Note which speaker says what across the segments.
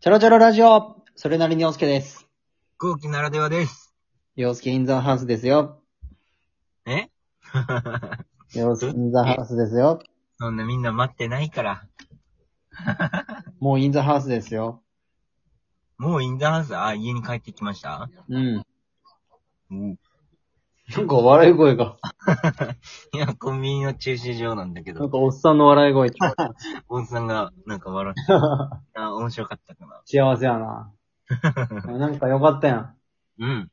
Speaker 1: チョロチョロラジオそれなりにおすけです。
Speaker 2: 後期ならではです。
Speaker 1: 洋介インザーハウスですよ。
Speaker 2: え
Speaker 1: 洋介インザーハウスですよ。
Speaker 2: そんなみんな待ってないから。
Speaker 1: もうインザーハウスですよ。
Speaker 2: もうインザハウス、あ、家に帰ってきました
Speaker 1: うん。
Speaker 2: うん。
Speaker 1: なんか笑い声が、
Speaker 2: いや、コンビニの駐車場なんだけ
Speaker 1: なん
Speaker 2: ど、
Speaker 1: かおっさんの笑い声聞こえ
Speaker 2: おっさんがなんか笑って、
Speaker 1: た
Speaker 2: あ、面白かったかな。
Speaker 1: 幸せやな。なんかよかったやん。
Speaker 2: うん。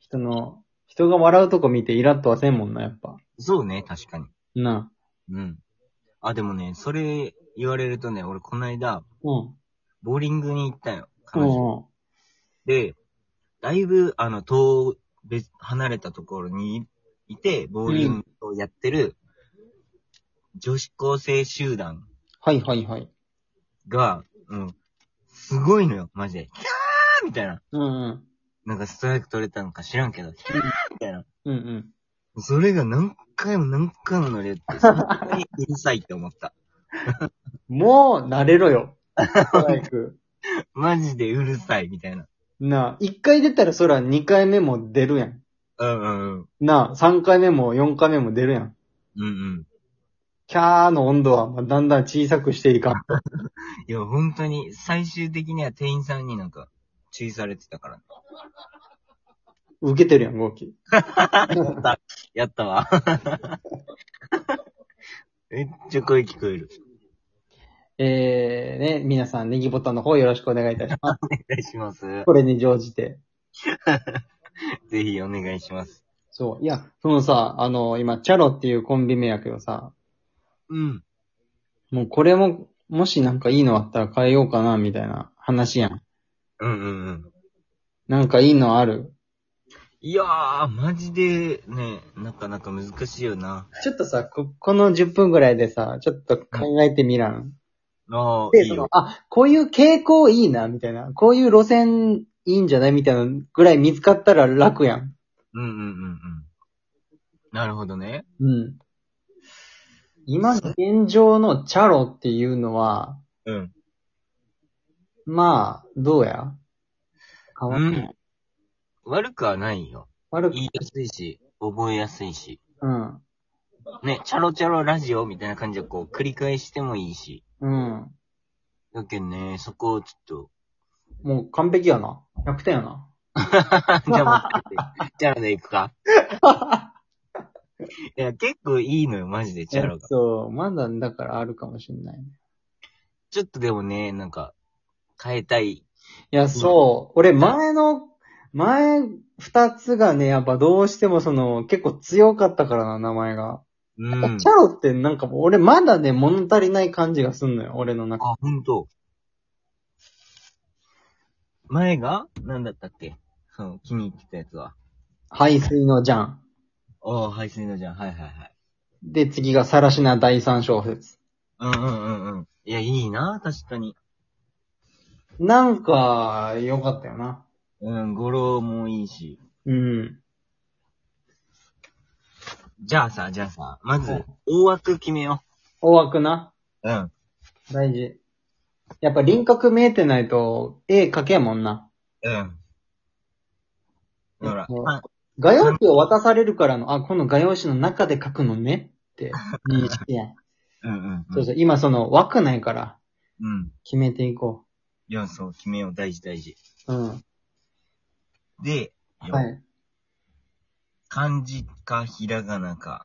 Speaker 1: 人の、人が笑うとこ見てイラッとはせんもんな、やっぱ。
Speaker 2: そうね、確かに。
Speaker 1: な
Speaker 2: うん。あ、でもね、それ言われるとね、俺この間、
Speaker 1: あ。うん。
Speaker 2: ボーリングに行ったよ。
Speaker 1: う
Speaker 2: 彼女。
Speaker 1: ん。
Speaker 2: で、だいぶ、あの、遠、別、離れたところにいて、ボーリングをやってる、女子高生集団
Speaker 1: はいはいはい。
Speaker 2: が、うん、すごいのよ、マジで。キャーみたいな。
Speaker 1: うんうん。
Speaker 2: なんかストライク取れたのか知らんけど、キャーみたいな。
Speaker 1: うんうん。
Speaker 2: それが何回も何回も乗れるって、そんなにうるさいって思った。
Speaker 1: もう、慣れろよ。早く。
Speaker 2: マジでうるさい、みたいな。
Speaker 1: なあ、一回出たらそら二回目も出るやん。
Speaker 2: うんうんうん。
Speaker 1: なあ、3回目も4回目も出るやん。
Speaker 2: うんうん。
Speaker 1: キャーの温度はまあだんだん小さくしていかん。
Speaker 2: いや、本当に、最終的には店員さんになんか、注意されてたから。
Speaker 1: 受けてるやん、動き。
Speaker 2: やったわ。 めっちゃ声聞こえる。
Speaker 1: えー、ね、皆さん、ネギボタンの方よろしくお願いいたします。
Speaker 2: お願いします。
Speaker 1: これに乗じて。
Speaker 2: ぜひお願いします。
Speaker 1: そう。いや、そのさ、あの、今、チャロっていうコンビ名やけどさ、
Speaker 2: うん。
Speaker 1: もうこれも、もしなんかいいのあったら変えようかな、みたいな話やん。
Speaker 2: うんうんうん。
Speaker 1: なんかいいのある
Speaker 2: いやー、マジでね、なかなか難しいよな。
Speaker 1: ちょっとさ、こ、この10分ぐらいでさ、ちょっと考えてみらん。
Speaker 2: ああ、
Speaker 1: で、
Speaker 2: いい
Speaker 1: その
Speaker 2: よ。
Speaker 1: あ、こういう傾向いいな、みたいな。こういう路線いいんじゃないみたいなぐらい見つかったら楽やん。
Speaker 2: うんうんうんうん。なるほどね。
Speaker 1: うん。今、現状のチャロっていうのは、
Speaker 2: うん。
Speaker 1: まあ、どうや変わんない。
Speaker 2: 悪くはないよ。
Speaker 1: 悪く
Speaker 2: 言い、やすいし、覚えやすいし。
Speaker 1: うん。
Speaker 2: ね、チャロチャロラジオみたいな感じでこう、繰り返してもいいし。
Speaker 1: うん。
Speaker 2: だけどね、そこをち ょ
Speaker 1: もう完璧やな。100点やな。
Speaker 2: っと、じゃあ持ってって、チャロで行く か。いや、結構いいのよ、マジで、チャロが。
Speaker 1: そう、まだだからあるかもしんない。い
Speaker 2: ちょっとでもね、なんか、変えたい。
Speaker 1: や、そう。俺、前の、前二つがね、やっぱどうしてもその、結構強かったからな、名前が。
Speaker 2: うん
Speaker 1: チ。ャロってなんかもう俺まだね、物足りない感じがすんのよ、俺の中。
Speaker 2: あ、ほんと。前がなんだったっけその、気に入ってたやつは。
Speaker 1: 排水のジャン。
Speaker 2: ああ、排水のじゃん。はいはいはい。
Speaker 1: で、次がさらしな第三小節。
Speaker 2: うんうんうんうん。いや、いいな、確かに。
Speaker 1: なんか、良かったよな。
Speaker 2: うん、語呂もいいし。
Speaker 1: うん。
Speaker 2: じゃあさ、じゃあさ、ま
Speaker 1: は
Speaker 2: ず
Speaker 1: い、
Speaker 2: 大枠決めよ
Speaker 1: 大枠な。
Speaker 2: う。うん。
Speaker 1: 大事。やっぱ輪郭見えてないと、絵描けんもんな。
Speaker 2: うん。ほら、
Speaker 1: うん
Speaker 2: は
Speaker 1: 画用紙を渡されるからの、あ、この画用紙の中で描くのねって認識やん。
Speaker 2: うんうんう。
Speaker 1: そうんそう、今その枠ないから、
Speaker 2: うん。
Speaker 1: 決めていこ
Speaker 2: いや、そう、決めよう。大事大事。
Speaker 1: う。うん。
Speaker 2: で、
Speaker 1: はい。
Speaker 2: 漢字かひらがなか、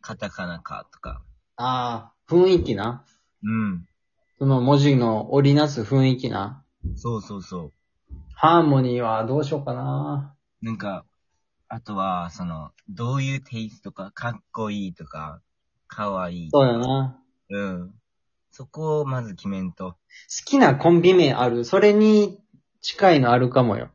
Speaker 2: カタカナかとか。
Speaker 1: ああ、雰囲気な。
Speaker 2: うん。
Speaker 1: その文字の織りなす雰囲気な。
Speaker 2: そうそうそ
Speaker 1: ハーモニーはどうしようかな。
Speaker 2: う。なんか、あとは、その、どういうテイストか、かっこいいとか、かわいい。
Speaker 1: そうよな。
Speaker 2: うん。そこをまず決めんと。
Speaker 1: 好きなコンビ名ある。それに近いのあるかもよ。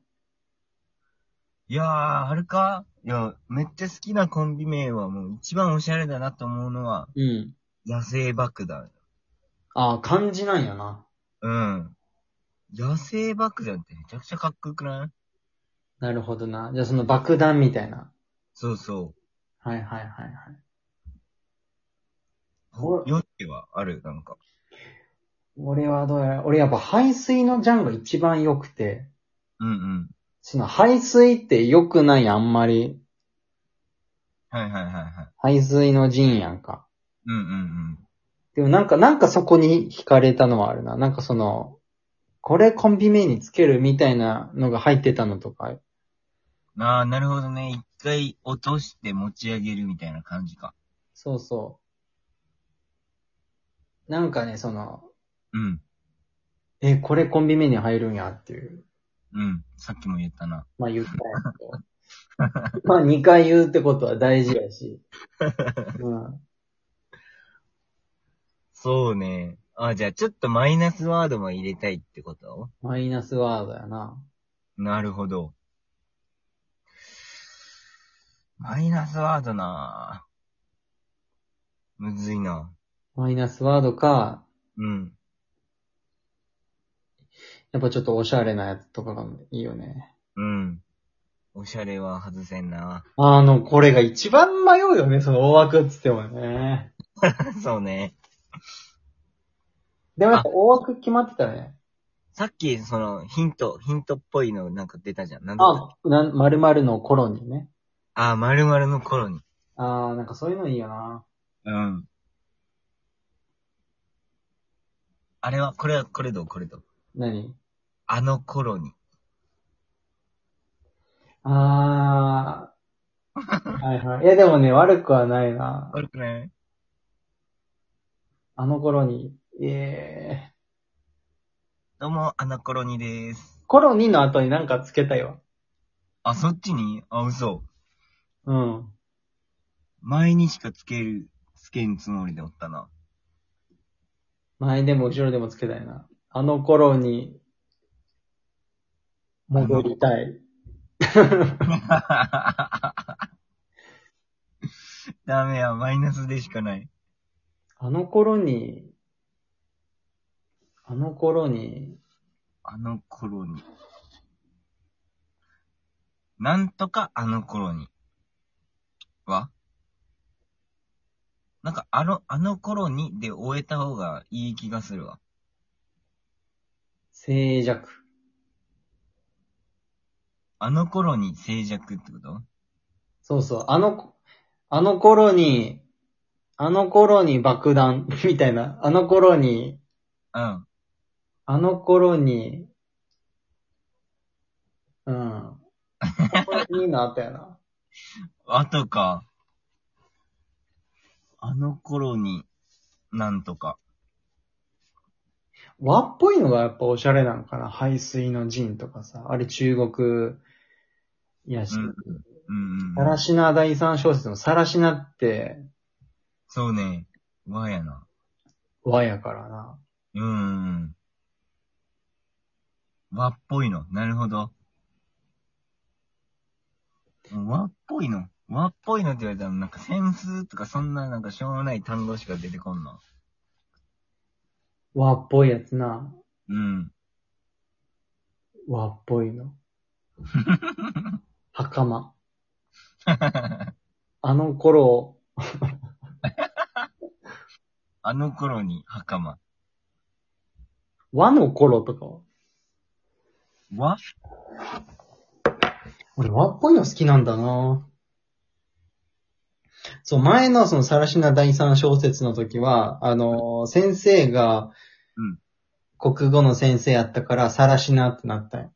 Speaker 2: いやー、あるかいや、めっちゃ好きなコンビ名はもう一番おしゃれだなと思うのは、
Speaker 1: うん。
Speaker 2: 野生爆弾。
Speaker 1: ああ、漢字なんやな。
Speaker 2: うん。野生爆弾ってめちゃくちゃかっこよくない
Speaker 1: なるほどな。じゃあその爆弾みたいな。
Speaker 2: そうそ
Speaker 1: はいはいはいはい。
Speaker 2: う。よってはある、なんか。
Speaker 1: 俺はどうやら、俺やっぱ排水のジャンが一番良くて、
Speaker 2: うんうん。
Speaker 1: その排水って良くないあんまり、
Speaker 2: はいはいはいはい。
Speaker 1: 排水の陣やんか。
Speaker 2: うんうんうん。
Speaker 1: でもなんか、なんかそこに惹かれたのはあるな。なんかその、これコンビ名につけるみたいなのが入ってたのとか、
Speaker 2: ああ、なるほどね。一回落として持ち上げるみたいな感じか。
Speaker 1: そうそう。なんかね、その、
Speaker 2: うん。
Speaker 1: え、これコンビ名に入るんやっていう。
Speaker 2: うん。さっきも言ったな。
Speaker 1: まあ言ったんやけど。まあ2回言うってことは大事やし。うん。
Speaker 2: そうね。ああ、じゃあちょっとマイナスワードも入れたいってこと
Speaker 1: マイナスワードやな。
Speaker 2: なるほど。マイナスワードなぁむずいな
Speaker 1: マイナスワードか、
Speaker 2: うん。
Speaker 1: やっぱちょっとおしゃれなやつとかがいいよね。
Speaker 2: うん。おしゃれは外せんな
Speaker 1: あの、これが一番迷うよね、その大枠っつってもね。
Speaker 2: そうね。
Speaker 1: でもやっぱ大枠決まってたね。
Speaker 2: さっき、その、ヒント、ヒントっぽいのなんか出たじゃん。なんだったっけ
Speaker 1: あ、なん、〇〇の頃にね。
Speaker 2: あー、〇〇の頃に。
Speaker 1: ああ、なんかそういうのいいよな。
Speaker 2: うん。あれは、これは、これどうこれどう
Speaker 1: 何
Speaker 2: あの頃に。
Speaker 1: ああ。はいはい。いやでもね、悪くはないな。
Speaker 2: 悪くない
Speaker 1: あの頃に、ええ
Speaker 2: どうも、あの頃にでーす。
Speaker 1: 頃にの後になんかつけたいわ。
Speaker 2: あ、そっちにあ、嘘。
Speaker 1: うん。
Speaker 2: 前にしかつける、つけんつもりでおったな。
Speaker 1: 前でも後ろでもつけたいな。あの頃に、戻りたい。
Speaker 2: ダメや、マイナスでしかない。
Speaker 1: あの頃に、あの頃に、
Speaker 2: あの頃に。なんとかあの頃に。はなんかあの、あの頃にで終えた方がいい気がするわ。
Speaker 1: 静寂。
Speaker 2: あの頃に静寂ってこと
Speaker 1: そうそう。あの、あの頃に、あの頃に爆弾、 みたいな。あの頃に、
Speaker 2: うん。
Speaker 1: あの頃に、うん。あの頃にのあったよな。
Speaker 2: あとか。あの頃に、なんとか。
Speaker 1: 和っぽいのがやっぱおしゃれなんかな。排水の陣とかさ。あれ中国やし。
Speaker 2: うんうん
Speaker 1: さ
Speaker 2: う
Speaker 1: ら
Speaker 2: ん。
Speaker 1: しな第三小説のさらしなって
Speaker 2: そうね。わやな。
Speaker 1: 和やからな。
Speaker 2: うんうんうん。和っぽいの。なるほど。和っぽいの。和っぽいのって言われたら、なんかセンスとかそんななんかしょうもない単語しか出てこんの。
Speaker 1: 和っぽいやつな。
Speaker 2: うん。
Speaker 1: 和っぽい の。袴。あの頃、
Speaker 2: あの頃に袴。
Speaker 1: 和の頃とかは。
Speaker 2: 和
Speaker 1: 俺和っぽいの好きなんだなそう、前のそのさらしな第三小説の時は、あのー先生が
Speaker 2: うん、
Speaker 1: 国語の先生やったから、さらしなってなったんよ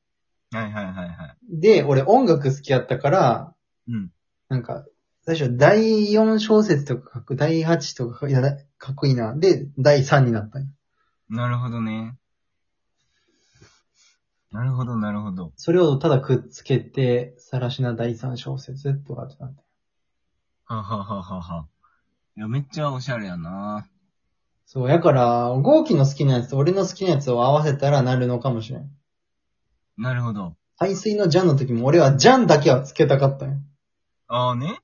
Speaker 2: はいはいはいはい。
Speaker 1: で、俺音楽好きやったから、
Speaker 2: うん。
Speaker 1: なんか、最初、第4小節とか書く、第8とか書く、いや、だかっこいいな。で、第3になったんよ
Speaker 2: なるほどね。なるほどなるほど。
Speaker 1: それをただくっつけて、さらしな第3小節とかってなった。
Speaker 2: はははははいや、めっちゃおしゃれやな。
Speaker 1: そう、やから、豪輝の好きなやつと俺の好きなやつを合わせたらなるのかもしれん。
Speaker 2: なるほど。
Speaker 1: 排水のジャンの時も俺はジャンだけはつけたかったんよ。
Speaker 2: ああね。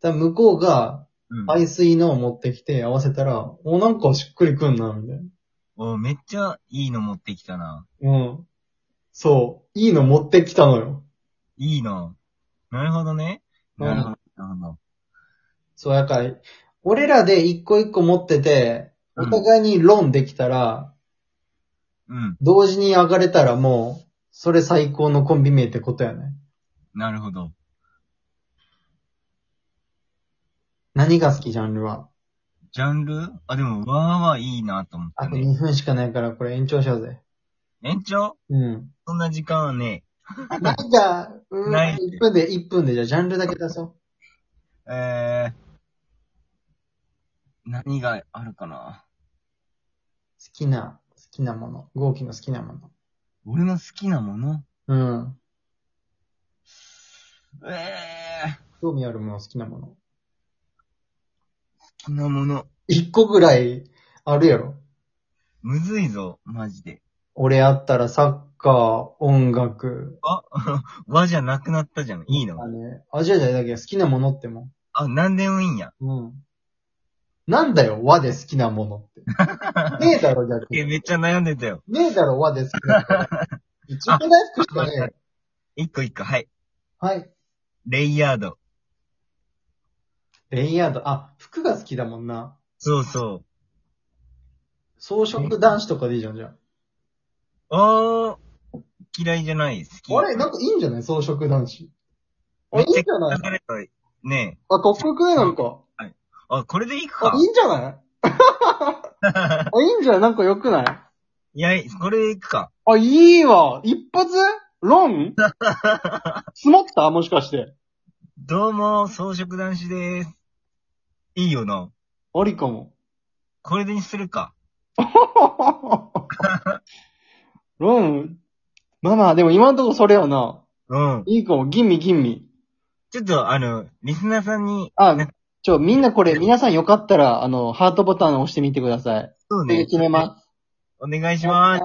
Speaker 1: だから向こうが
Speaker 2: うん。
Speaker 1: 排水のを持ってきて合わせたら、お、なんかしっくりくんな、みたい
Speaker 2: おめっちゃいいの持ってきたな。
Speaker 1: な。うん。そう、いいの持ってきたのよ。
Speaker 2: いいな。なるほどね。
Speaker 1: うん
Speaker 2: なるほど。なるほど。
Speaker 1: そう、やから、俺らで一個一個持ってて、
Speaker 2: う
Speaker 1: お
Speaker 2: ん
Speaker 1: 互いに論できたら、
Speaker 2: うん。
Speaker 1: 同時に上がれたらもう、それ最高のコンビ名ってことやね。
Speaker 2: なるほど。
Speaker 1: 何が好きジャンルは。
Speaker 2: ジャンルあ、でも、わーわーいいなと思っ
Speaker 1: あ
Speaker 2: た
Speaker 1: と
Speaker 2: ね。
Speaker 1: 2分しかないからこれ延長しようぜ。
Speaker 2: 延長
Speaker 1: うん。
Speaker 2: そんな時間はね、
Speaker 1: なんか、うん、
Speaker 2: ない
Speaker 1: 1分で、1分で、じゃあジャンルだけ出そう。
Speaker 2: えー、何があるかな
Speaker 1: 好きな、好きなもの。豪輝の好きなも
Speaker 2: 俺の好きなもの
Speaker 1: の。うん。
Speaker 2: えー、
Speaker 1: 興味あるもの、好きなもの。
Speaker 2: 好きなもの。
Speaker 1: 1個ぐらいあるやろ。
Speaker 2: むずいぞ、マジで。
Speaker 1: 俺あったらサッカー、音楽、
Speaker 2: 和じゃなくなったじゃん。いいの
Speaker 1: あね、アジアじゃないだけど好きなものってもん。
Speaker 2: あ、なんでもいいんや。
Speaker 1: うん。なんだよ、和で好きなもの って。ねえだろ、逆
Speaker 2: え、
Speaker 1: に。
Speaker 2: めっちゃ悩んでたよ。
Speaker 1: ねえだろ、和で好きなもの。 一番大好きしかねえよ。
Speaker 2: 一個一個、はい。
Speaker 1: はい。
Speaker 2: レイヤード。
Speaker 1: レイヤード。あ、服が好きだもんな。
Speaker 2: そうそう。
Speaker 1: 装飾男子とかでいいじゃん、じゃ
Speaker 2: あー、嫌いじゃない、好き。
Speaker 1: あ。あれ、なんかいいんじゃない装飾男子。あ、
Speaker 2: め
Speaker 1: い
Speaker 2: っ
Speaker 1: いんじ
Speaker 2: ち
Speaker 1: ゃな
Speaker 2: ゃ
Speaker 1: い
Speaker 2: 流れたねえ。
Speaker 1: あ、かっこよくないなんか。
Speaker 2: あ、これでいく
Speaker 1: あ
Speaker 2: か、
Speaker 1: い。いんじゃ ないあ、いいんじゃないなんか良くない
Speaker 2: いや、これでいくか。
Speaker 1: あ、いいわ。一発ロ ン詰まったもしかして。
Speaker 2: どうも、装飾男子でーす。いいよな。
Speaker 1: ありか も。
Speaker 2: これでにするか。
Speaker 1: ロン、まあまあ、でも今んとこそれよな。
Speaker 2: うん。
Speaker 1: いいかも。吟味吟味。
Speaker 2: ちょっと、あの、リスナーさんに、
Speaker 1: あ、ちょ、みんなこれ、皆さんよかったら、あの、ハートボタンを押してみてください。
Speaker 2: そう
Speaker 1: これで
Speaker 2: ね、
Speaker 1: 決めます。
Speaker 2: お願いします。